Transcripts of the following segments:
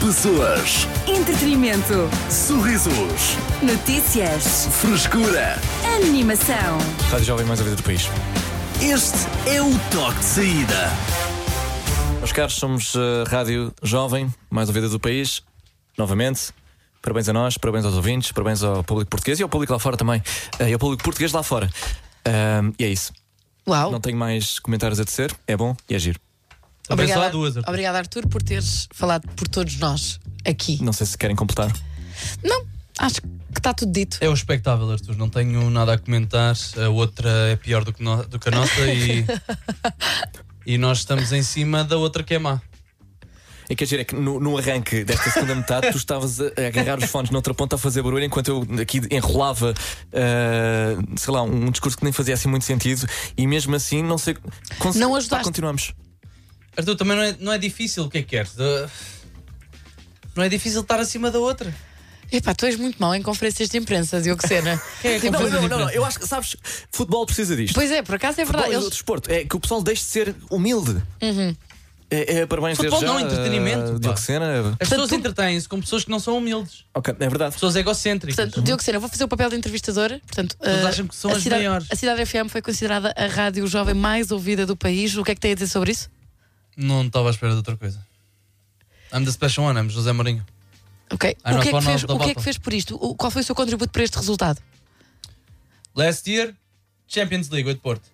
Pessoas, Entretenimento. sorrisos, Notícias. frescura. Animação. Rádio Jovem Mais Ouvida do País. Este é o toque de saída. Meus caros, somos eh, Rádio Jovem Mais Ouvida do País, novamente. Parabéns a nós, parabéns aos ouvintes, parabéns ao público português e ao público lá fora também. Eh, e ao público português lá fora. Ahm, e é isso. Uau. Não tenho mais comentários a dizer, é bom e é giro. Obrigada, Abençoa a duas, é Arthur. obrigada, Arthur, por teres falado por todos nós aqui. Não sei se querem completar. Não, acho que está tudo dito. É o espectável, Arthur. Não tenho nada a comentar. A outra é pior do que, no- do que a nossa e. E nós estamos em cima da outra que é má. É que é giro, é que no, no arranque desta segunda metade tu estavas a, a agarrar os fones noutra ponta a fazer barulho enquanto eu aqui enrolava, eh, sei lá, um, discurso que nem fazia assim muito sentido e mesmo assim não sei. cons- Não Pá, ajudaste. Continuamos. Arthur, também não é, não é difícil o que é que queres. Uh, Não é difícil estar acima da outra. Epá, tu és muito mau em conferências de imprensa, Diogo Sena. Tipo, Não, Não, Fazer não, não, não, diferença. eu acho que, sabes, futebol precisa disto. pois é, por acaso é futebol verdade. e Eles- outro desporto. É que o pessoal deixe de ser humilde. É, é, parabéns Futebol desde já, não, entretenimento, eh, pá. Diogo Sena. As pessoas entretêm-se com pessoas que não são humildes, Ok, é verdade. pessoas egocêntricas. Portanto, Diogo Sena, eu vou fazer o papel de entrevistadora. Portanto, Todos ah, acham que são a as cidade, maiores. A Cidade FM foi considerada a rádio jovem mais ouvida do país. O que é que tem a dizer sobre isso? Não estava à espera de outra coisa. I'm the special one, I'm José Mourinho. Ok. Ah, o não, que é que fala fez, da o que é que Bota. fez por isto? O- qual foi o seu contributo para este resultado? Last year, Champions League with Porto.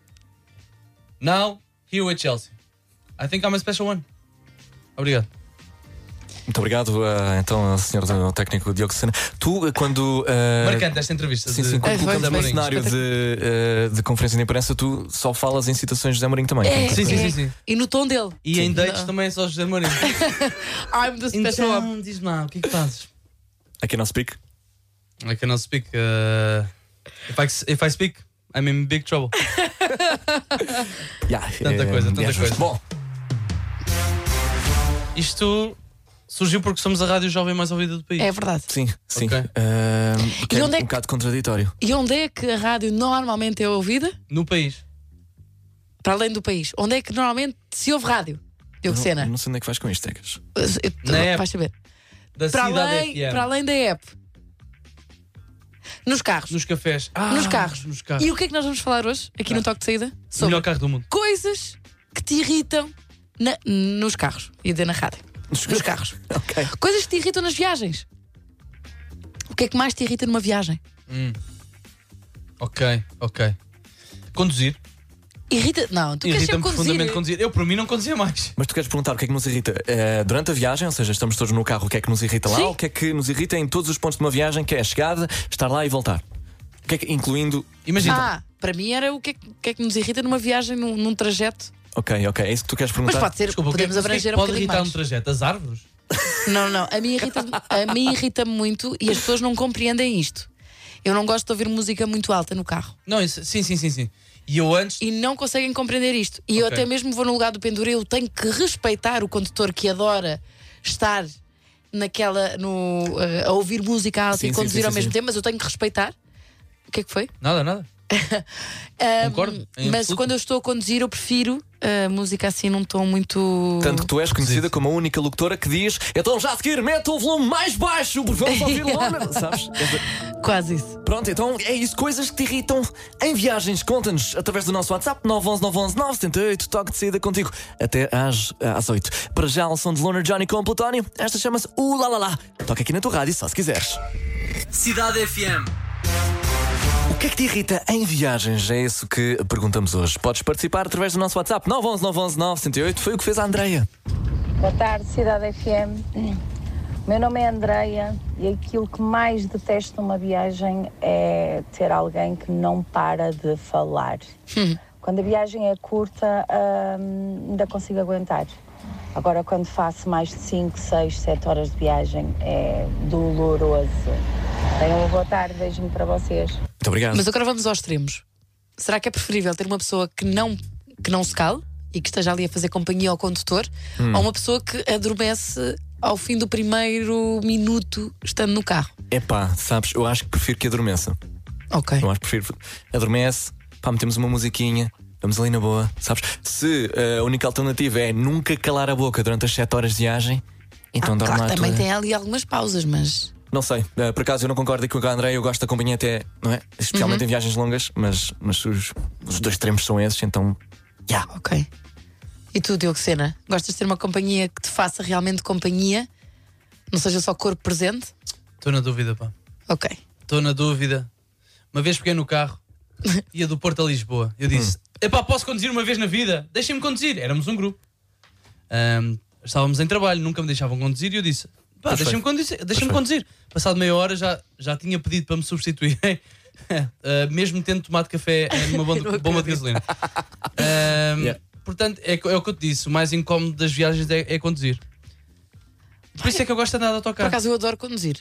Now, here with Chelsea. I think I'm a special one. Obrigado. Muito obrigado, eh, então, ao senhor eh, ao técnico Diogo Sena. Tu, eh, quando. eh, Marcante esta entrevista. Sim, de- sim, quando É, foi colocamos no bem. cenário de, eh, de conferência de imprensa, tu só falas em citações de José Mourinho também. É, Sim, sim, é. sim, sim. E no tom dele. E em dates Não. também é só José Mourinho. I'm the special one. então, diz-me lá, o que é que fazes? Aqui é nosso pique. I cannot speak. uh, if, I, if I speak, I'm in big trouble. Yeah, Tanta eh, coisa, é tanta justo. coisa. Bom, Isto surgiu porque somos a rádio jovem mais ouvida do país. É verdade. sim, sim. Ok. Eh, que E é um onde é que- bocado contraditório. E onde é que a rádio normalmente é ouvida? No país. Para além do país. Onde é que normalmente se ouve rádio? Diogo Não, Sena. não sei onde é que vais com isto, Tecas. Eu- tu- Na app. Vais saber. Da Para cidade além, FM. para além da app. Nos carros. Nos cafés. Nos carros. Ah, Nos carros. E o que é que nós vamos falar hoje, aqui no Toque de Saída? Sobre Melhor carro do mundo. coisas que te irritam na- nos carros. E dizer na rádio. Nos carros. Ok. Coisas que te irritam nas viagens. O que é que mais te irrita numa viagem? Ok, ok. Conduzir. Irrita. Não, tu queres sempre Irrita-me profundamente conduzir. conduzir. Eu, por mim, não conduzia mais. Mas tu queres perguntar o que é que nos irrita eh, durante a viagem, ou seja, estamos todos no carro, o que é que nos irrita lá? Sim. O que é que nos irrita em todos os pontos de uma viagem, que é a chegada, estar lá e voltar? O que é que, incluindo. Imagina. Ah, para mim era o que é que, o que, é que nos irrita numa viagem, num, num trajeto. Ok, ok, é isso que tu queres perguntar. Mas pode ser, Desculpa, o que é podemos que- o que é que abranger um Pode bocadinho irritar um mais. trajeto. As árvores? Não, não, a mim irrita-me a mim irrita-me muito e as pessoas não compreendem isto. Eu não gosto de ouvir música muito alta no carro Não, isso, sim, sim, sim, sim. E eu antes. e não conseguem compreender isto. E eu Ok. até mesmo vou no lugar do pendura, eu tenho que respeitar o condutor que adora estar naquela no eh, a ouvir música alta Sim, e sim, conduzir sim, ao sim, mesmo sim. tempo, mas eu tenho que respeitar. O que é que foi? Nada, nada. Ahm, Concordo, em mas absoluto. quando eu estou a conduzir, eu prefiro a música assim num tom muito. Tanto que tu és conhecida como a única locutora que diz então já a seguir, mete o volume mais baixo, porque vamos ouvir Lona. Sabes? Quase isso. Pronto, então é isso. Coisas que te irritam em viagens. Conta-nos através do nosso WhatsApp 911 911 978. Toque de saída contigo até às, eh, às 8. Para já, o som de Loner Johnny com Plutónio. Esta chama-se O La La La. Toca aqui na tua rádio só se quiseres. Cidade FM. O que é que te irrita em viagens? É isso que perguntamos hoje. Podes participar através do nosso WhatsApp 911 911 978. Foi o que fez a Andreia. Boa tarde, Cidade FM. Meu nome é Andreia e aquilo que mais detesto numa viagem é ter alguém que não para de falar. Quando a viagem é curta, hum, ainda consigo aguentar. Agora, quando faço mais de 5, 6, 7 horas de viagem, é doloroso. Tenham uma boa tarde, beijinho para vocês. Muito obrigado. Mas agora vamos aos extremos. Será que é preferível ter uma pessoa que não, que não se cale e que esteja ali a fazer companhia ao condutor ou uma pessoa que adormece ao fim do primeiro minuto estando no carro? Epá, sabes, eu acho que prefiro que adormeça. Ok. Eu acho que prefiro. Adormece, pá, metemos uma musiquinha, vamos ali na boa, sabes? Se eh, a única alternativa é nunca calar a boca durante as 7 horas de viagem, Então dorme Ah, claro, à também tua. tem ali algumas pausas, mas Não sei, eh, por acaso eu não concordo aqui com o André, eu gosto da companhia até, não é? Uhum. Especialmente em viagens longas, mas, mas os, os dois extremos são esses, então. já ok. E tu, Diogo Sena, gostas de ter uma companhia que te faça realmente companhia? Não seja só corpo presente? Estou na dúvida, pá. Ok. Estou na dúvida. Uma vez peguei no carro, ia do Porto a Lisboa. Eu disse: Hum. Epá, posso conduzir uma vez na vida? Deixem-me conduzir. Éramos um grupo. Ahm, estávamos em trabalho, nunca me deixavam conduzir e eu disse: Pá, Pois foi. deixem-me conduzir. Deixem conduzir. Passado meia hora já, já tinha pedido para me substituir, Ah, mesmo tendo tomado café eh, numa bomba, bomba de gasolina. Ahm, Yeah. Portanto, é, co- é o que eu te disse: o mais incómodo das viagens é, é conduzir. Por isso é que eu gosto de andar de Por autocarro. acaso eu adoro conduzir.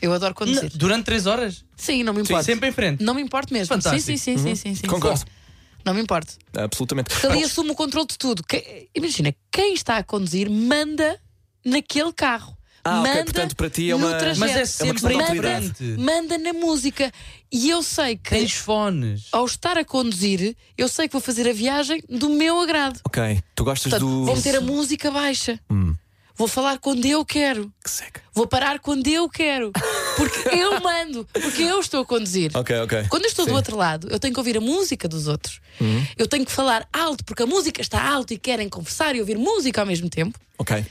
Eu adoro Na- conduzir. Durante 3 horas? Sim, não me Sim, importo. sempre em frente. Não me importo mesmo. Fantástico. Sim, sim, sim, sim, sim, sim. Concordo, Não me importo. absolutamente. Porque ali assume o controle de tudo. Que- imagina, quem está a conduzir manda naquele carro. Ah, ok, manda portanto, para ti é uma- no trajeto. Mas é uma questão sempre de manda, diferente. manda na música. E eu sei que, Tens fones. ao estar a conduzir, eu sei que vou fazer a viagem do meu agrado. Ok, tu gostas Portanto, do. Hum. vou meter a música baixa. Vou falar quando eu quero. Que seca. Vou parar quando eu quero. Porque eu mando. Porque eu estou a conduzir. Ok, ok. Quando eu estou Sim. Uhum. do outro lado, eu tenho que ouvir a música dos outros. Eu tenho que falar alto, porque a música está alto e querem conversar e ouvir música ao mesmo tempo. Ok.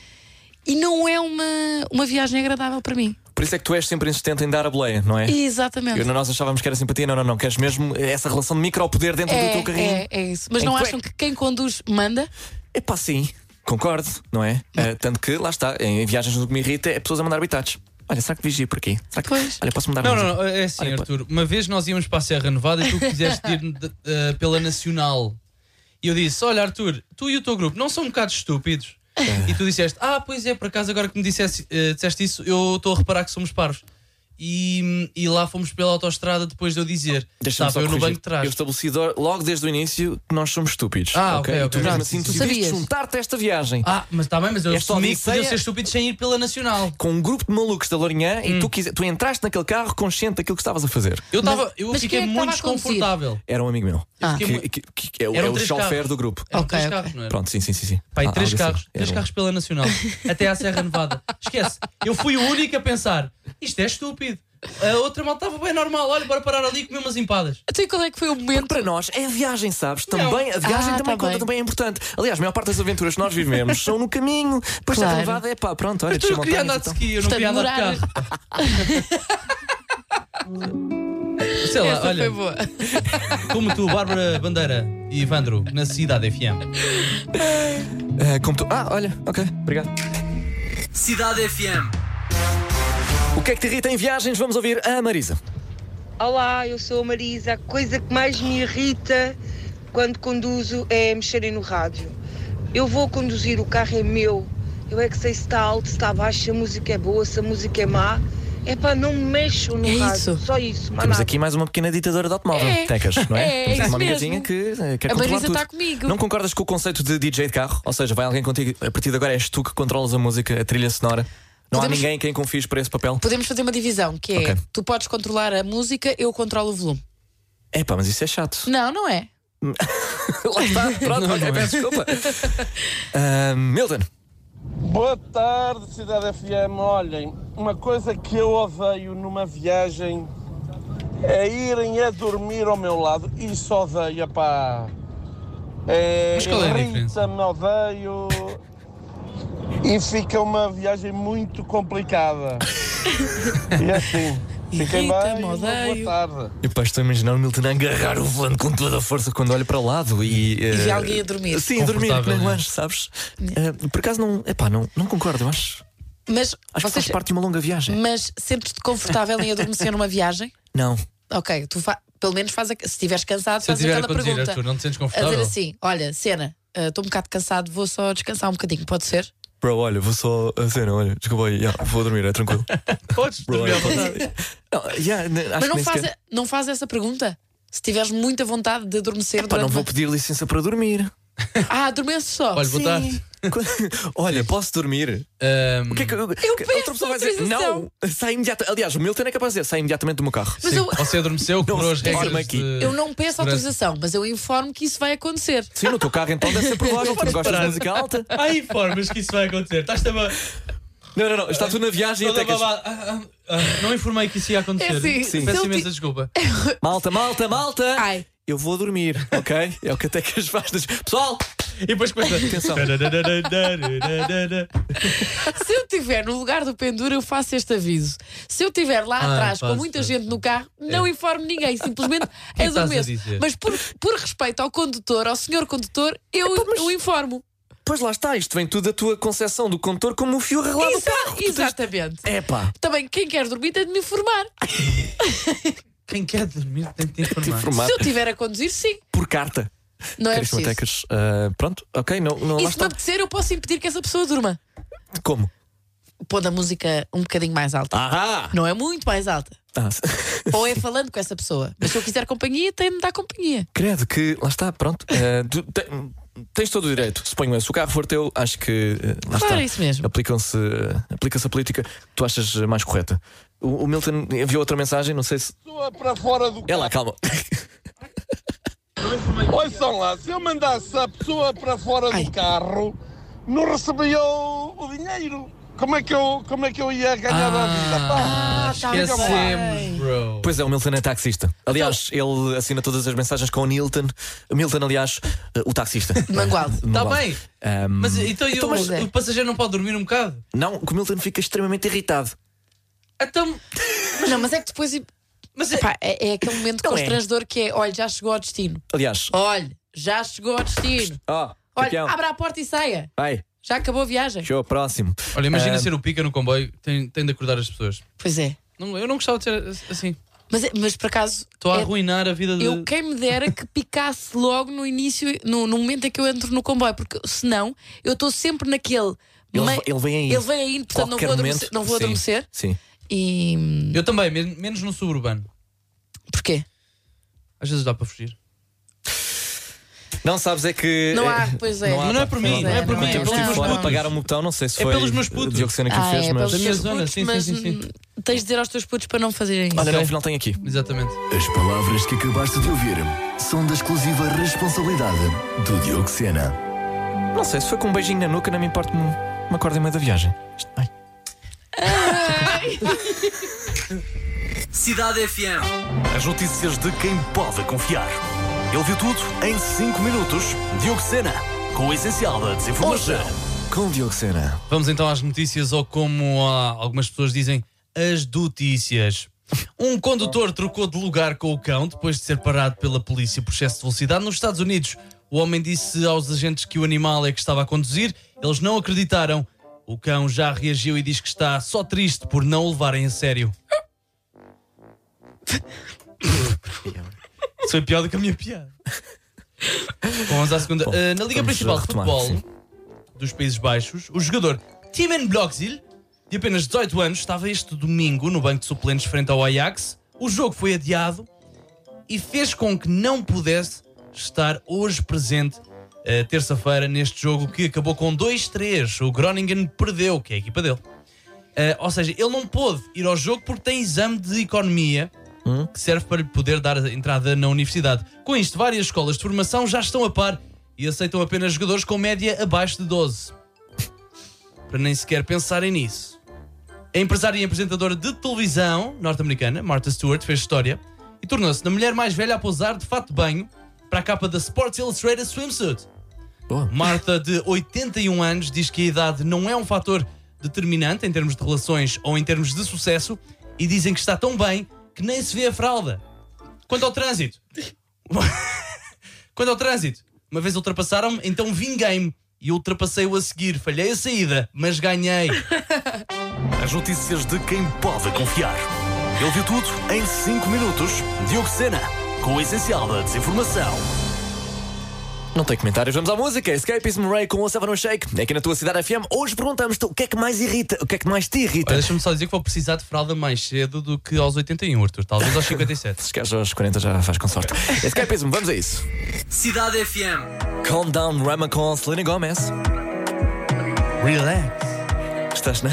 E não é uma, uma viagem agradável para mim. Por isso é que tu és sempre insistente em dar a boleia, não é? Exatamente. Eu, nós achávamos que era simpatia, não, não, não. Queres mesmo essa relação de micro-poder dentro do é, teu carrinho? é, é isso. Mas Em não cueca. acham que quem conduz manda? Epá, sim, concordo, não é? Ah, tanto que, lá está, em viagens o que me irrita é pessoas a mandar bitates. Olha, será que vigia por aqui? Será que... Pois. Olha, posso mandar Não, mais não, um? não, é assim, Olha, pá. Arthur. Uma vez nós íamos para a Serra Nevada e tu quiseste ir de- eh, pela Nacional. E eu disse: Olha, Arthur, tu e o teu grupo não são um bocado estúpidos. E tu disseste: Ah, pois é, por acaso agora que me disseste, eh, disseste isso, eu estou a reparar que somos parvos. E, e lá fomos pela autoestrada depois de eu dizer: Deixa-me só Estava eu no corrigir. banco de trás. Eu estabeleci do- logo desde o início que nós somos estúpidos. Ah, ok, E tu ok. mesmo Pronto, assim sim, tu sim. decidiste Sabias? juntar-te a esta viagem. Ah, mas está bem, mas eu Esta assumi que podiam odisseia- ser estúpidos sem ir pela Nacional. Com um grupo de malucos da Lourinhã Hum. e tu, quise... tu entraste naquele carro consciente daquilo que estavas a fazer. Eu, tava, eu mas fiquei quem é que muito tava a conduzir? desconfortável. Era um amigo meu. Ah. Que, que- que- que é o, Eram é o três chofer carros. do grupo. Eram Ok, três ok. carros, não era? Pronto, sim, sim, sim. sim. Pai, Ah, três algo assim. carros, Era três um- carros pela Nacional, até à Serra Nevada. Esquece, eu fui o único a pensar: isto é estúpido. A outra malta estava bem normal, olha, bora parar ali e comer umas empadas. Então, e qual é que foi o momento? Para nós é a viagem, sabes? Também, a viagem Ah, também tá conta, bem. também é importante. Aliás, a maior parte das aventuras que nós vivemos são no caminho. Depois Claro. Então está levada, é pá, pronto, olha, então. Arthur, descer Então, eu queria andar montanhas. de ski, eu não Portanto, queria andar de morar- carro. Sei lá, Essa foi olha, boa. como tu, Bárbara Bandeira e Evandro, na Cidade FM. então. Eh, como tu- Ah, olha, ok, obrigado. Cidade FM. O que é que te irrita em viagens? Vamos ouvir a Marisa. Olá, eu sou a Marisa. A coisa que mais me irrita quando conduzo é mexerem no rádio. Eu vou conduzir, o carro é meu. Eu é que sei se está alto, se está baixo, se a música é boa, se a música é má. É pá, não mexo no É rádio. isso. Só isso, mas Temos nada. aqui mais uma pequena ditadora de automóvel, É. Tecas, não é? É, é Temos aqui isso uma amigazinha mesmo. que eh, quer A controlar Marisa tudo. está comigo. Não concordas com o conceito de DJ de carro? Ou seja, vai alguém contigo, a partir de agora és tu que controlas a música, a trilha sonora. Não Podemos- há ninguém em quem confies para esse papel? Podemos fazer uma divisão, que é: Ok. tu podes controlar a música, eu controlo o volume. É pá, mas isso é chato. Não, não é. Lá está, Tá, pronto, ok, peço desculpa. Ah, Milton, Boa tarde, Cidade FM. Olhem, uma coisa que eu odeio numa viagem é irem a dormir ao meu lado. Isso odeio, pá. É, Mas qual é a diferença? Irrita-me, odeio. E fica uma viagem muito complicada. e assim, fiquem Irrita-me, bem. uma odeio. Boa tarde. eu pá, estou a imaginar o Milton a agarrar o volante com toda a força quando olho para o lado e. eh, vê alguém a dormir. Sim, a dormir, que nem Confortável, um né? anjo, sabes? Eh, por acaso não. É pá, não, não concordo, eu acho. Mas, Acho que vocês, faz parte de uma longa viagem. mas sentes-te confortável em adormecer numa viagem? Não. Ok, tu fa- pelo menos faz a- se estiveres cansado, Se eu faz estiver aquela a conduzir, pergunta. Arthur, não te sentes a dizer confortável? assim: olha, cena, estou um bocado cansado, vou só descansar um bocadinho, pode ser? Bro, olha, vou só a cena, olha, desculpa aí, já, vou dormir, é tranquilo. Podes, Bro, dormir à olha, vontade. Não, já, ne- acho Mas que não nem faz, sequer- não faz essa pergunta. Se tiveres muita vontade de adormecer Pá, não durante vou pedir licença para dormir. uma- Ah, adormeço só. Olha, boa tarde. Sim. olha, posso dormir? Ahm, O que é que, eu peço autorização. não, sai imediatamente. Aliás, o Milton é capaz de dizer, sai imediatamente do meu carro. Mas sim, eu, Você adormeceu, quebrou as se dorme regras. aqui. de- eu não peço autorização, mas eu informo que isso vai acontecer. Sim, no teu carro então deve ser provável, tu gostas de música alta. Há aí formas que isso vai acontecer. Estás-te a. Não, não, não. Está tu na viagem e Toda até que. babada. Ah, ah, ah, Não informei que isso ia acontecer. É assim, Sim. se Peço ele imensa ti- desculpa. Malta, malta, malta! Ai. Eu vou dormir, ok? É o que até que as vastas. Pessoal! E depois começa. Atenção. Se eu estiver no lugar do pendura, eu faço este aviso. Se eu estiver lá Ah, atrás com faz, muita faz. É. gente no carro, não informe ninguém, simplesmente és estás o a mesmo. dizer? Mas por, por respeito ao condutor, ao senhor condutor, eu o informo. Pois lá está, isto vem tudo da tua concepção do condutor como um fio relado do Exa- carro. Tu tens- Exatamente. Epá, Também, quem quer dormir tem de me informar. Quem quer dormir tem que te te informar. informar Se eu estiver a conduzir, sim. por carta. Não é preciso. Carismatecas. ah, pronto, ok, não, não E lá se me está. apetecer, eu posso impedir que essa pessoa durma. Como? Pondo a música um bocadinho mais alta. Ah. Ahá! Não é muito mais alta. Ah, se- Ou é falando com essa pessoa. Mas se eu quiser companhia, tem de me dar companhia. Credo que, lá está, pronto. ah, tu te- tens todo o direito, suponho. Se um o carro for teu, acho que. ah, lá Claro, está. é isso mesmo. Aplicam-se, aplica-se a política que tu achas ah, mais correta. O, o Milton enviou outra mensagem, não sei se. Estou para fora do É lá, calma. Ouçam lá, se eu mandasse a pessoa para fora Ai. do carro, não recebia o, o dinheiro. Como é, que eu, como é que eu ia ganhar a vida? Pá, Ah, Tá esquecemos, bro. Pois é, o Milton é taxista. Aliás, Então- ele assina todas as mensagens com o Milton. Milton, aliás, eh, o taxista. Mangualde. Está Não vale. bem. Ahm, Mas então, eu- Tá mas é. o passageiro não pode dormir um bocado? Não, que o Milton fica extremamente irritado. Então, Mas não, mas é que depois. mas é- Epá, é, é aquele momento Não é. constrangedor que é: olha, já chegou ao destino. Aliás, Olha, já chegou ao destino. ó, Olha, campeão, abra a porta e saia. vai, Já acabou a viagem. show, próximo. Olha, imagina Ahm. ser o pica no comboio, tem, tem de acordar as pessoas. Pois é. Não, eu não gostava de ser assim. Mas, é- mas por acaso. Estou a é- arruinar a vida de. eu quem me dera que picasse logo no início, no, no momento em que eu entro no comboio, porque senão eu estou sempre naquele. Ele mei- va- ele vem aí. Ele vem aí, portanto não Qualquer vou adormecer. momento, Não vou sim. adormecer. Sim. E. hum, Eu também, men- menos no suburbano. Porquê? Às vezes dá para fugir. Não sabes é que. Não eh, há, pois é. não há, Mas não é por mim, não é por mim, é Temos pelos tipo meus fora, putos. apagaram um botão, não sei se É foi. pelos meus putos. Diocesana que o Ah, fez, é, mas. pelos Da minha teus zona, putos, sim, sim, mas, sim, sim. hum, Tens de dizer aos teus putos para não fazerem isso. Olha, Ok. no final tem aqui. Exatamente. As palavras que acabaste de ouvir são da exclusiva responsabilidade do Diogo Sena. Não sei, se foi com um beijinho na nuca, não me importa um- uma corda em meio da viagem. Isto- Ai. Cidade FM. As notícias de quem pode confiar. Ele viu tudo em 5 minutos. Diogo Sena, com o essencial da desinformação. Com o Diogo Sena. Vamos então às notícias, ou como há algumas pessoas dizem, as notícias. Um condutor trocou de lugar com o cão depois de ser parado pela polícia por excesso de velocidade nos Estados Unidos. O homem disse aos agentes que o animal é que estava a conduzir, eles não acreditaram. O cão já reagiu e diz que está só triste por não o levarem a sério. Isso foi pior do que a minha piada. Vamos à segunda. Ah, na vamos Liga eh, Principal de retomar, Futebol, sim. dos Países Baixos, o jogador Timen Bloxil, de apenas 18 anos, estava este domingo no banco de suplentes frente ao Ajax. O jogo foi adiado e fez com que não pudesse estar hoje presente eh, terça-feira neste jogo que acabou com 2-3. O Groningen perdeu, que é a equipa dele. Eh, ou seja, ele não pôde ir ao jogo porque tem exame de economia que serve para lhe poder dar a entrada na universidade. Com isto, várias escolas de formação já estão a par e aceitam apenas jogadores com média abaixo de 12. para nem sequer pensarem nisso. A empresária e apresentadora de televisão norte-americana, Martha Stewart, fez história e tornou-se na mulher mais velha a pousar de fato de banho para a capa da Sports Illustrated Swimsuit. Boa. Martha, de 81 anos, diz que a idade não é um fator determinante em termos de relações ou em termos de sucesso e dizem que está tão bem que nem se vê a fralda. Quanto ao trânsito. Quanto ao trânsito. Uma vez ultrapassaram-me, então vinguei-me e ultrapassei-o a seguir. Falhei a saída, mas ganhei. As notícias de quem pode confiar. Ele viu tudo em 5 minutos. Diogo Sena, com o essencial da desinformação. Não tem comentários, vamos à música. Escapism Ray com o Seven No Shake. É Aqui na tua cidade FM, hoje perguntamos-te o que é que mais irrita, o que é que mais te irrita. Olha, Deixa-me só dizer que vou precisar de fralda mais cedo do que aos 81, Arthur. Talvez aos 57. Se chegares aos 40 já faz com sorte. Escapism, vamos a isso. Cidade FM. Calm Down Rama com Selena Gomez. Relax. Estás na.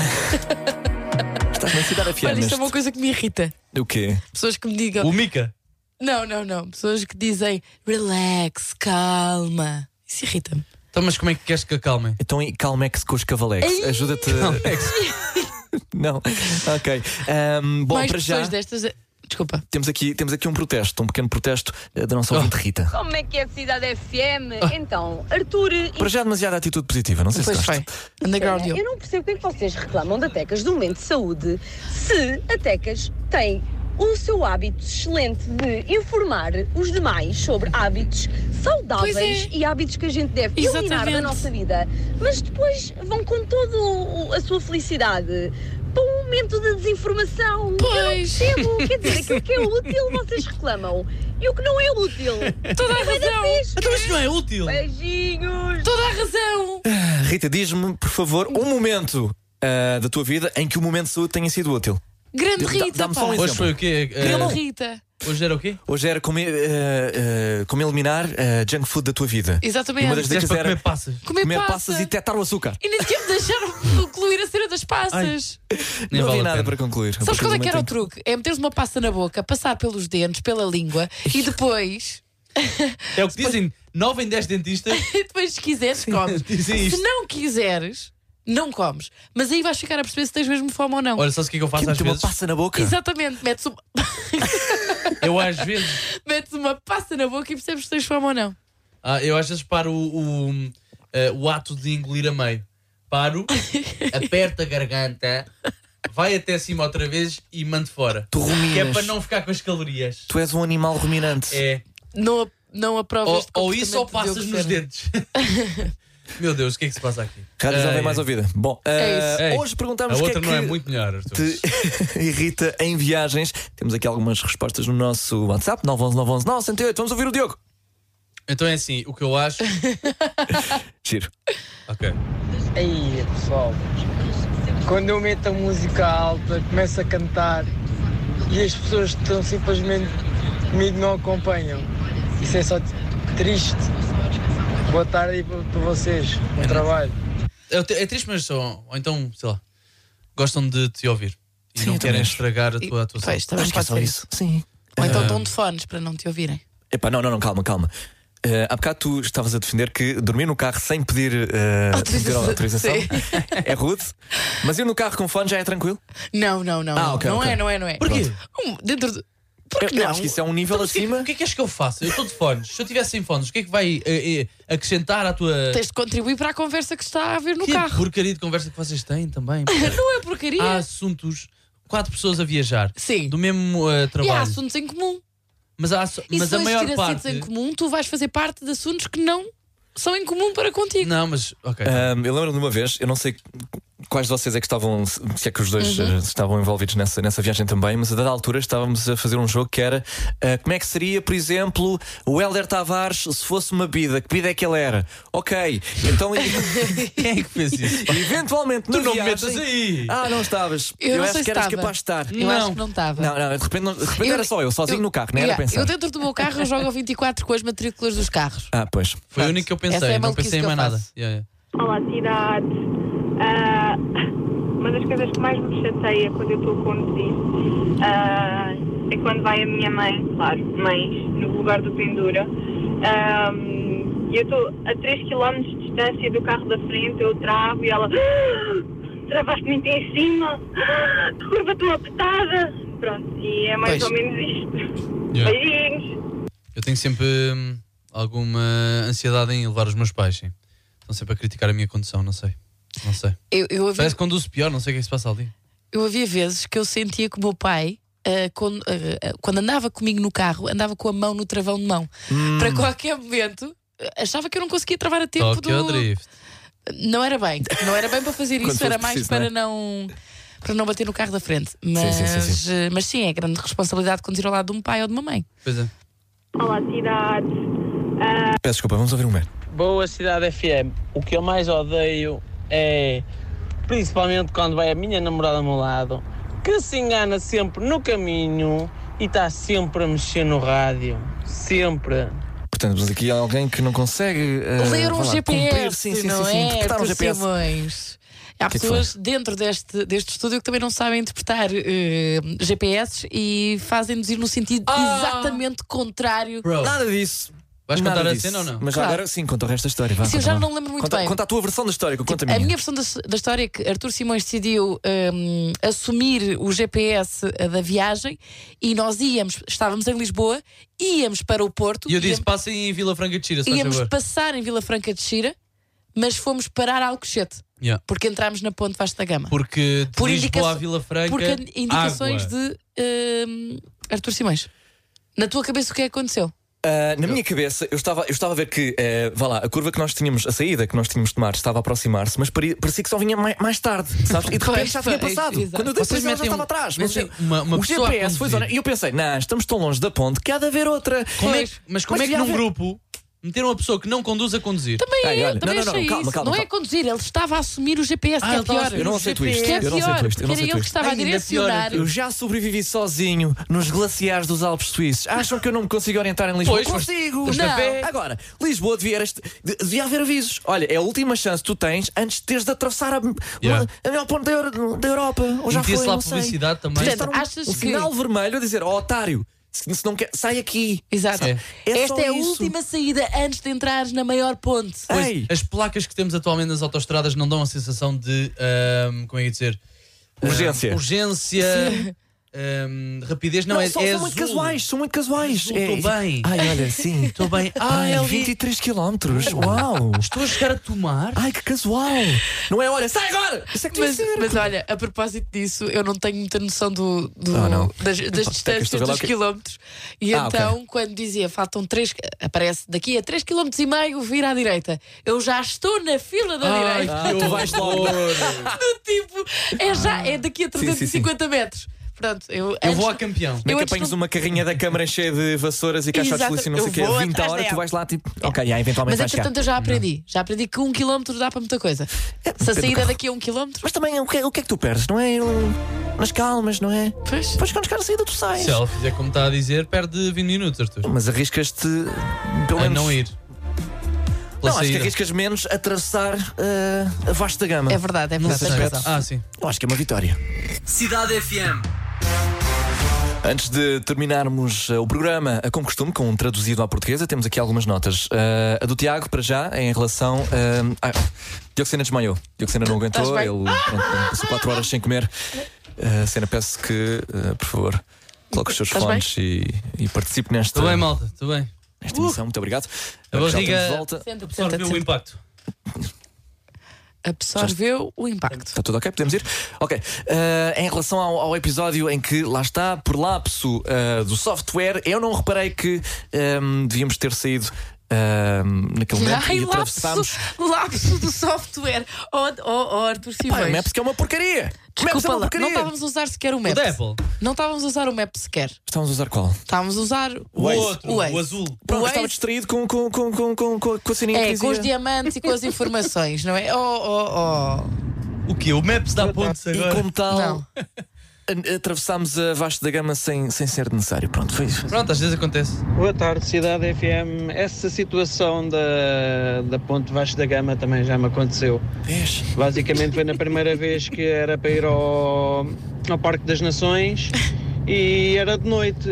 Estás na cidade FM. Olha, isto é neste- uma coisa que me irrita. O quê? Pessoas que me digam. O Mika. Não, não, não. Pessoas que dizem relax, calma. Isso irrita-me. Então, mas como é que queres que acalmem? Então, e Calmex com os Cavalex. Ajuda-te. Não. Ok. Ahm, bom, Mais para já. pessoas destas. eh, Desculpa. Temos aqui, temos aqui um protesto, um pequeno protesto eh, da nossa Oh. ouvinte Rita. Como é que é a Cidade FM? Então, Arthur, Para já, demasiada atitude positiva, não sei Pois se gosta. foi. Underground eu you. não percebo porque é que vocês reclamam da Tecas do momento de saúde se a Tecas tem o seu hábito excelente de informar os demais sobre hábitos saudáveis Pois é. e hábitos que a gente deve eliminar Exatamente. da nossa vida, mas depois vão com toda o- a sua felicidade para um momento de desinformação. Eu não Pois. percebo, quer dizer, aquilo que é útil vocês reclamam e o que não é útil. Toda a também não razão. diz. Então isto não é útil. Beijinhos! Toda a razão. Rita, diz-me, por favor, um momento ah, da tua vida em que o momento de saúde tenha sido útil. Grande Dá- Rita. dá-me só um pá. Hoje foi o quê? Eh, Grande Rita. hoje era o quê? Hoje era como, eh, eh, como eliminar eh, junk food da tua vida. Exatamente. E uma das Dizeste dicas para era comer passas. Comer, comer passa. passas e detectar o açúcar. E nem sequer me deixaram concluir a cena das passas. Nem não havia vale a nada pena. para concluir. A Sabes partir qual é do que era o momento truque? É meteres uma pasta na boca, passar pelos dentes, pela língua e depois, É o que dizem 9 em 10 dentistas. e depois se quiseres, comes. Dizem Se isto. não quiseres, não comes. Mas aí vais ficar a perceber se tens mesmo fome ou não. Olha, sabes o que é que eu em que faço às meter uma vezes? passa na boca. Exatamente, metes uma, Eu às vezes, metes uma passa na boca e percebes se tens fome ou não. ah, eu às vezes paro o, o, eh, o ato de engolir a meio. Paro, aperto a garganta, vai até cima outra vez e mando fora. Tu ruminas. Que é para não ficar com as calorias. Tu és um animal ruminante. É. Não, a- não aprovas Ou, este ou isso ou comportamento de passas Diogo nos Sena. dentes. Meu Deus, o que é que se passa aqui? Rádio Jovem Ei, Mais Ouvida. Bom, É eh, ei, hoje perguntamos A o que outra é que não é muito melhor, Arthur. te irrita em viagens. Temos aqui algumas respostas no nosso WhatsApp, 911 911 Vamos ouvir o Diogo. Então é assim, o que eu acho. Giro. Ok. Aí, pessoal, quando eu meto a música alta, começo a cantar e as pessoas que estão simplesmente comigo não acompanham. Isso é só triste. Boa tarde aí para para vocês. Bom trabalho. É, te- é triste, mas só. Ou então, sei lá. Gostam de te ouvir. E Sim, não eu querem também acho. estragar a E- Ah, tua Ah. atuação. Pois, também Acho que é pode só ser isso. Sim. Ou então dão de fones para não te ouvirem. Epá, não, não, não, calma, calma. Eh, há bocado tu estavas a defender que dormir no carro sem pedir, eh, Autorização. pedir autorização Sim. é rude, mas ir no carro com fone já é tranquilo? Não, não, não. Ah, não. ok, não ok. é, não é, não é. Porquê? Um, dentro de. Eu, Porque eu não? acho que isso é um nível O acima. que é que és que eu faço? Eu estou de fones. Se eu tivesse sem fones, o que é que vai eh, eh, acrescentar à tua. Tens de contribuir para a conversa que está a haver no é- que carro. porcaria de conversa que vocês têm também? Não é porcaria. há assuntos. Quatro pessoas a viajar. Sim. Ah, Do mesmo eh, E há trabalho. assuntos em comum. Mas, há, assu- E mas se a vais maior ter parte. assuntos em comum, tu vais fazer parte de assuntos que não são em comum para contigo. Não, mas. Ok. Ah, Ahm, eu lembro de uma vez, eu não sei quais de vocês é que estavam, se se é que os dois Uhum. eh, estavam envolvidos nessa, nessa viagem também, mas a dada altura estávamos a fazer um jogo que era eh, como é que seria, por exemplo, o Helder Tavares se fosse uma bebida, que bebida é que ele era? Ok, então Quem é que fez isso? eventualmente tu na não me viagem- metas aí! Ah, não estavas. Eu não acho sei que se eras estava. capaz de estar. Eu acho que não estava. Não, não, de repente, não- de repente Eu- era só eu, sozinho eu- no carro, nem Yeah, era pensar. Eu dentro do meu carro eu jogo a 24 com as matrículas dos carros. Ah, pois. Foi o Pronto. único que eu Essa pensei, é a não maluquice pensei em que eu mais nada. faço. Yeah, yeah. Olá, cidade. Ah, uma das coisas que mais me chateia quando eu estou a conduzir ah, é quando vai a minha mãe, claro, mães, no lugar do pendura. Ah, E eu estou a 3 km de distância do carro da frente, eu travo e ela. "Ah, Travaste muito em cima, Ah, que curva tão apertada. Pronto, e é mais Pois. ou menos isto. Yeah. Beijinhos. Eu tenho sempre hum, alguma ansiedade em levar os meus pais, sim. Estão sempre a criticar a minha condução, não sei. Não sei. Eu, eu, havia, Parece que conduzo pior, não sei o que é que se passa ali. eu havia vezes que eu sentia que o meu pai. ah, quando, ah, ah, quando andava comigo no carro, andava com a mão no travão de mão. Hum. Para qualquer momento, ah, achava que eu não conseguia travar a tempo Tóquio Tipo do. Drift. Não era bem. Não era bem para fazer Quando isso, era fosse mais preciso, é? para não. Para não bater no carro da frente. sim, Mas sim, sim. eh, mas sim, é grande responsabilidade conduzir ao lado de um pai ou de uma mãe. Pois é. Olá, cidade. Peço desculpa, vamos ouvir um momento. Boa Cidade FM. O que eu mais odeio é, principalmente quando vai a minha namorada ao meu lado, que se engana sempre no caminho e está sempre a mexer no rádio. Sempre. Portanto, mas aqui há alguém que não consegue. eh, Ler vá um lá, GPS, cumprir, sim, sim, não sim, sim, é? interpretar um Por GPS. Simões. Há que é que pessoas dentro deste, deste estúdio que também não sabem interpretar eh, Ah! GPS e fazem-nos ir no sentido exatamente contrário Bro, Nada disso. Vais Nada contar a disso. cena ou não? Mas Claro. agora sim, conta o resto da história. Vá, Sim, eu conta já lá. não lembro muito Conta- bem. Tipo, Conta a tua versão da história, conta a A minha. minha versão da, da história é que Arthur Simões decidiu hum, assumir o GPS eh, da viagem e nós íamos, estávamos em Lisboa, íamos para o Porto. E eu disse, íamos- passem em Vila Franca de Xira, se faz íamos favor. passar em Vila Franca de Xira, mas fomos parar a Alcochete, Yeah. porque entramos na Ponte Vasta Gama. Porque de Por Lisboa indicaço- à Vila Franca. Porque indicações água. de hum, Arthur Simões. Na tua cabeça, o que é que aconteceu? Ah, na minha cabeça, eu estava, eu estava a ver que, eh, vá lá, a curva que nós tínhamos, a saída que nós tínhamos de tomar estava a aproximar-se, mas pari- parecia que só vinha mai- mais, tarde, sabes? E de repente Pois, já tinha pois, passado. exato. Quando eu dei por Vocês cima, ela já estava metem um- atrás. metem Mas, uma- uma o pessoa a GPS foi conduzir. zona. E eu pensei, não, estamos tão longe da ponte que há de haver outra. Como é Pois. que- mas como Mas é que num devia haver- grupo meteram uma pessoa que não conduz a conduzir? Também Ai, eu, olha, também não, não, não, achei calma, isso. calma, não é calma. conduzir, ele estava a assumir o GPS, Ah, que é ele estava a pior. assumir Eu não aceito GPS. isto. Que é Eu não aceito pior, isto. Eu porque não era aceito ele que isto. estava a Ainda pior. direcionar. Eu já sobrevivi sozinho nos glaciares dos Alpes Suíços. Acham que eu não me consigo orientar em Lisboa? Pois, foste- consigo! foste a Não. pé. Agora, Lisboa devia, era este- de- devia haver avisos. Olha, é a última chance que tu tens antes de teres de atravessar a, Yeah. a melhor ponte da, Euro- da Europa. Ou já Metia-se foi, lá não sei. publicidade também. Devia estar Portanto, um, achas um que- sinal vermelho a dizer, ó otário, se, se não quer, sai aqui. Exato. É. É Esta só é a isso. última saída antes de entrares na maior ponte. Pois, Ei, as placas que temos atualmente nas autostradas não dão a sensação de. ahm, como é que é dizer? Urgência. Ahm, urgência. ahm, rapidez. Não, não, é, só- é são muito azul. casuais, são muito casuais. Azul, É- tô bem. Ai, olha, sim. Estou bem. Ah, Ai, é ali. 23 quilómetros. Uau! Estou a chegar a tomar. Ai, que casual! Não é, olha, sai agora! Isso é que devia Mas, ser. mas olha, a propósito disso, eu não tenho muita noção do, do- Ah, não. das, das Pá, distâncias, estou a ver lá dos o que- é- quilómetros. E Ah, então, quando dizia faltam 3, aparece daqui a 3 km e meio, vira à direita. Eu já estou na fila Ah, da Ai, direita. que horror. Do tipo, é já, é daqui a sim, sim. 350 metros. Pronto, eu, Eu antes vou a de- campeão. Como é que antes apanhas não- uma carrinha da câmara cheia de vassouras e caixotes de Exato, lixo e não eu sei o quê? vou 20 à atrás hora, dela. É. tu vais lá tipo. Ok, yeah, eventualmente Mas vais chegar. entretanto eu já aprendi. Já aprendi que um quilómetro dá para muita coisa. Se a depende do saída é carro. daqui a um quilómetro, Mas também, o que, é- o que é que tu perdes? Não é? Um- Nas calmas, não é? pois. Depois quando chegar a saída, tu sais. Se ela fizer é como está a dizer, perde 20 minutos, Arthur. Mas arriscas-te. Pelo A menos. Ah, não ir. Pela Não, acho que saída. arriscas menos a traçar eh, a vasta gama. É verdade, é verdade. sei tens se é- razão. Ah, sim. Eu acho que é uma vitória. Cidade FM. Antes de terminarmos eh, o programa, eh, como costume, com um traduzido à portuguesa, temos aqui algumas notas. Eh, a do Tiago, para já, em relação. eh, ah, Diocena desmaiou. Diocena não Estás aguentou, bem? ele pronto, passou 4 horas sem comer. Eh, Cena, peço que, eh, por favor, coloque os seus Estás bem? fones e, e participe nesta, Estou bem, malta. Estou bem. nesta emissão. Muito obrigado. A Eh, já barriga- estamos de volta. Senta-te, senta-te, Absorveu o senta-te. impacto. absorveu o impacto. Está Tá tudo ok? Podemos ir? Ok. Eh, em relação ao, ao episódio em que lá está, por lapso eh, do software, eu não reparei que ehm, devíamos ter saído ehm, naquele momento Ai, e atravessámos. lapso, lapso do software. Oh, oh, oh Arthur Pá, o Simões. Maps que é uma porcaria! O Maps é Desculpa uma lá, não porcaria! estávamos a usar sequer o O map. da Apple. Não estávamos a usar o map sequer. Estávamos a usar qual? Estávamos a usar o, O outro. o Waze. O azul. Pronto, Waze- estava distraído com, com, com, com, com, com, com a sininha que É, dizia. com os diamantes e com as informações, não é? Oh, oh, oh. O quê? O Maps dá pontos E agora. como tal, Não. a- atravessámos a vasta da gama sem, sem ser necessário. Pronto, foi isso. Pronto, às vezes acontece. Boa tarde, Cidade FM. Essa situação da, da Ponte Vasco da Gama também já me aconteceu. Vês? Basicamente foi na primeira vez que era para ir ao, ao Parque das Nações e era de noite.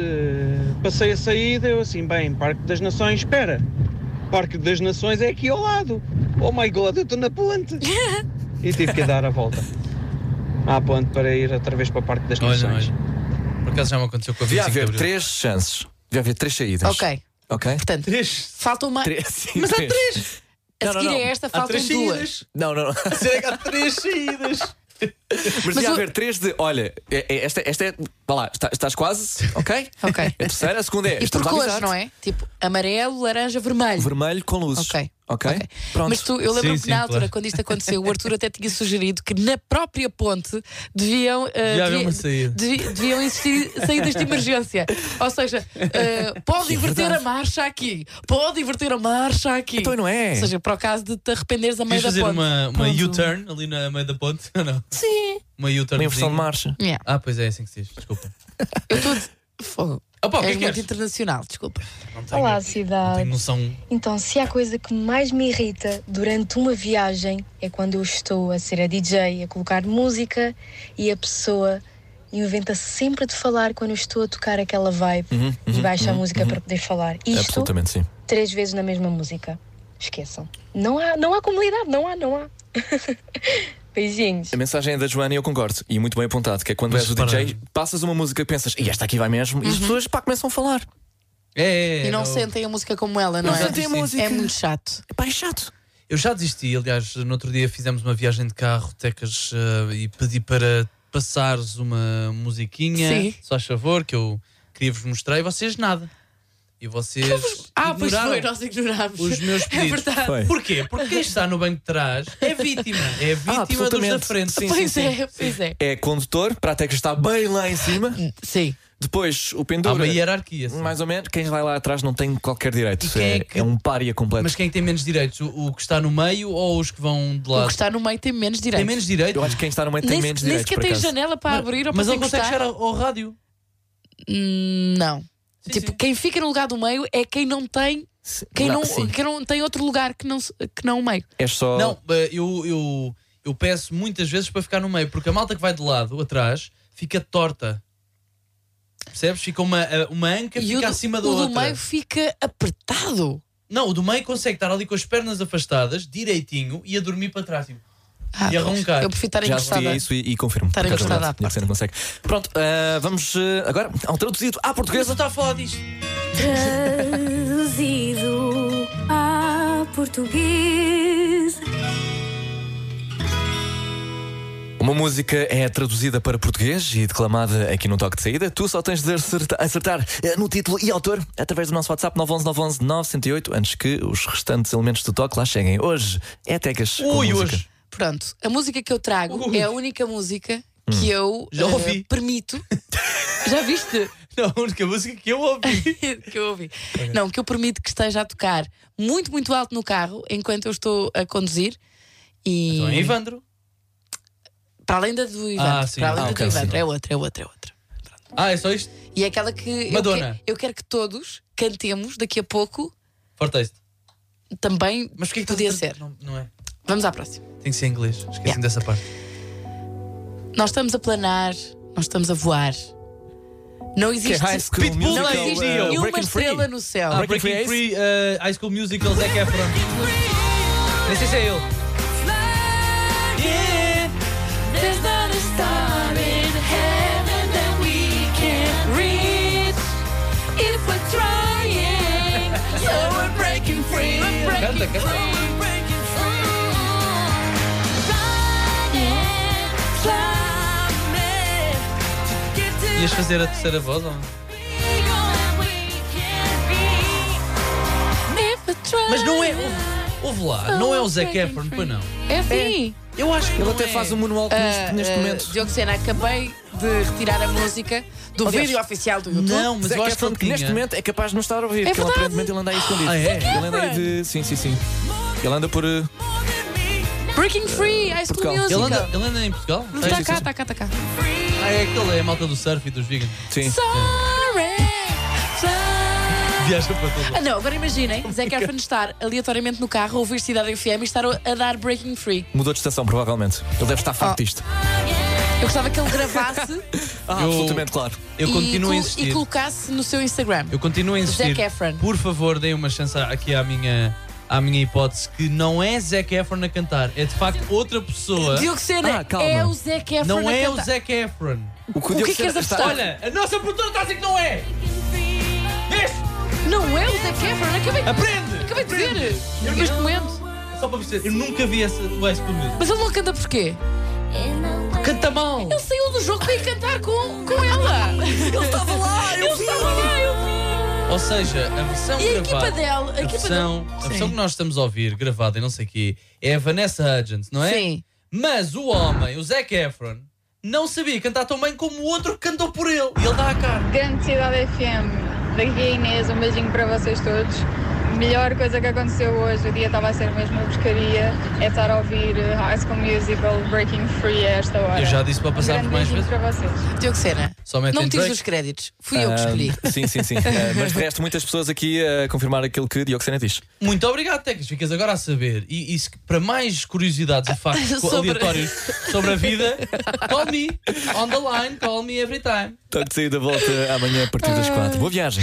Passei a saída, eu assim, bem, Parque das Nações, espera. Parque das Nações é aqui ao lado. Oh my god, eu estou na ponte. E tive que dar a volta à ponte para ir outra vez para o Parque das Olha, Nações. olha. Por acaso já me aconteceu com a Devia 25 de haver Abril. três chances. Devia haver três saídas. Ok, Ok? portanto, Três. faltam mais. Três, sim, Mas há três. três. A Não, não, seguir não. é esta, Há faltam três duas. saídas. Não, não, não. Será que há três saídas? Mas, Mas ia o- haver três de. Olha, é- é- esta, esta é. Vá lá, está- estás quase, ok? Ok. A terceira, a segunda é. E por estamos a cores, avisar-te. não é? Tipo amarelo, laranja, vermelho. Vermelho com luzes. Ok. Ok? ok. Pronto. Mas tu, eu lembro-me Sim, que na sim, altura, claro. quando isto aconteceu, o Arthur até tinha sugerido que na própria ponte deviam, eh, Devia haver devia- uma saída. devi- deviam existir saídas de emergência. Ou seja, eh, pode É inverter a marcha aqui, pode inverter a marcha aqui. Então não é? Ou seja, para o caso de te arrependeres a meio Queres da fazer ponte. uma, uma Pronto. U-turn ali na meio da ponte? Ou não? Sim. Uma Uma U-turn. inversão de marcha. Yeah. Ah, pois é, é assim que se diz. Desculpa. Eu estou de fogo. Opa, o que é És que muito queres? internacional, desculpa. Não tenho- Olá, Não cidade. tenho noção. Então, se há coisa que mais me irrita durante uma viagem é quando eu estou a ser a DJ, a colocar música e a pessoa inventa sempre de falar quando eu estou a tocar aquela vibe e baixa a música para poder falar. Isto Absolutamente sim. três vezes na mesma música. Esqueçam. Não há, não há comunidade, não há, não há. Beijinhos. A mensagem é da Joana e eu concordo. E muito bem apontado, que é quando Mas és o para- DJ, passas uma música e pensas, e esta aqui vai mesmo, e as pessoas pá, começam a falar. É, E não não- sentem a música como ela, não, Não é? sentem a música. É muito chato. Pá, é chato. Eu já desisti, aliás, no outro dia fizemos uma viagem de carro, tecas, eh, e pedi para passares uma musiquinha, Sim. só a favor, que eu queria vos mostrar, e vocês nada. E vocês. Ah, pois ignoraram foi, nós ignorámos. Os meus é pedidos. verdade. Foi. Porquê? Porque quem está no banco de trás é vítima. É vítima dos da absolutamente. frente. Sim, pois sim, sim. é, pois é. É condutor, para a tecla está bem lá em cima. Sim. Depois o é. Há pendura. uma hierarquia. sim. Mais ou menos, quem vai lá atrás não tem qualquer direito. E quem é, é que- é um pária completo. Mas quem tem menos direitos? O, o que está no meio ou os que vão de O lado? que está no meio tem menos direito. Tem menos direito. Eu acho que quem está no meio tem nem, menos nem direitos. sequer por tem acaso. janela para abrir ou para Mas ele consegue encostar. chegar ao, ao rádio. Hum, Não. Sim, tipo, sim. quem fica no lugar do meio é quem não tem, Se- quem não, sim. quem não tem outro lugar que não, se- que não o meio. É só. Não, eh, eu, eu, eu peço muitas vezes para ficar no meio, porque a malta que vai de lado, atrás, fica torta. Percebes? Fica uma, eh, uma anca e fica o do, acima da o do outra. meio fica apertado. Não, o do meio consegue estar ali com as pernas afastadas, direitinho, e a dormir para trás. tipo. Ah, E a pois. roncar. Eu prefiro estar Já assisti a encostada. isso e, e confirmo. Estar Por acaso, encostada é à verdade, Você não consegue. Pronto, ah, vamos ah, agora ao traduzido à Mas eu portuguesa. estou a falar disto. Traduzido a português. Uma música é traduzida para português e declamada aqui no Toque de Saída. Tu só tens de acerta- acertar, eh, no título e autor através do nosso WhatsApp 911 911 908 antes que os restantes elementos do toque lá cheguem. Hoje é Tecas. com Ui, música. hoje. Pronto, a música que eu trago Ui. é a única música que eu Já eh, ouvi. permito. Já viste? Não, a única música que eu ouvi. que eu ouvi. Não, que eu permito que esteja a tocar muito, muito alto no carro enquanto eu estou a conduzir. E Então é Ivandro. para além da do Ivandro, Ah, sim. para além Ah, da ok, do sim. Ivandro, é outra, é outra, é outra. Ah, é só isto? E é aquela que eu Madonna. que- Eu, quero que todos cantemos daqui a pouco Forte este. também. Mas porquê que podia estás a- ser? Não, não é. Vamos à próxima. Tem que ser em inglês. Esqueci-me Yeah. dessa parte. Nós estamos a planar, nós estamos a voar. Não Que é existe. High School Pitbull Musical. não Lady. existe eh, nenhuma Breaking Free. estrela no céu. uh, Ah, Breaking Breaking Free é Free, eh, High School Musical, Zac Efron. Nem sei se é ele. Canta, canta. Ias fazer a terceira voz, ou não? Mas não é. Ouve, ouve lá, não é o Zac Efron, pois não. É assim. Eu acho que Ele não até é. faz um monólogo neste, neste Ah, momento. Diogo Sena, acabei de retirar a música do Aliás, vídeo oficial do YouTube. Não, mas Zac eu acho que Efron, ele que neste tinha. momento é capaz de não estar a ouvir. que É ele, verdade. aparentemente ele anda aí escondido. Ah, é? Ele anda aí de. Sim, sim, sim. Ele anda por. eh, Breaking Free, High School Portugal. Ele Musical. anda, ele anda em Portugal? Não Tá está aí? cá, está cá, está cá. Ah, é aquele, é a malta do surf e dos vegans. Sim. Sorry. sorry. Viaja para todo Ah, lado. não, agora imaginem Zac Efron estar aleatoriamente no carro a ouvir Cidade FM e estar a dar Breaking Free. Mudou de estação, provavelmente. Ele deve estar farto disto. Eu gostava que ele gravasse Ah, Eu- absolutamente claro. Eu e, continuo a col- insistir. e colocasse no seu Instagram. Eu continuo a insistir. Zac Efron. Por favor, deem uma chance aqui à minha, à minha hipótese que não é Zac Efron a cantar, é de facto outra pessoa. Diogo Sena, Ah, calma. é o Zac Efron Não a é o cantar. Zac Efron. O que é que queres apostar? Olha, a nossa produtora está a dizer que não é. Vês? Não é o Zac Efron, acabei, Aprende! acabei de ver. Neste momento. Só para perceber, eu nunca vi essa o High School Musical. Mas ele não canta porquê? Canta mal! Ele saiu do jogo para ir cantar com, com ela. Ele estava lá, eu estava lá, eu Ou seja, a versão E a gravada. equipa dela? A a, equipa versão, dela? a versão Sim. que nós estamos a ouvir, gravada e não sei o quê, é a Vanessa Hudgens, não é? Sim. Mas o homem, o Zac Efron, não sabia cantar tão bem como o outro que cantou por ele. E ele dá a cara. Grande Cidade FM, daqui a Inês, um beijinho para vocês todos. Melhor coisa que aconteceu hoje, o dia estava a ser mesmo uma pescaria, é estar a ouvir eh, High School Musical Breaking Free a esta hora. Eu já disse para Grande passarmos mais beijinho vezes. para vocês. Diogo Sena, Só não metem me tires Drake. os créditos. Fui eu que escolhi. Ah, sim, sim, sim. Ah, mas de resto, muitas pessoas aqui a confirmar aquilo que Dioxena diz. Muito obrigado, Tecas. Ficas agora a saber. E, e se- para mais curiosidades e factos Sobre- aleatórios sobre a vida, call me. On the line, call me every time. Toque de saída volta amanhã a partir das 4. Boa viagem.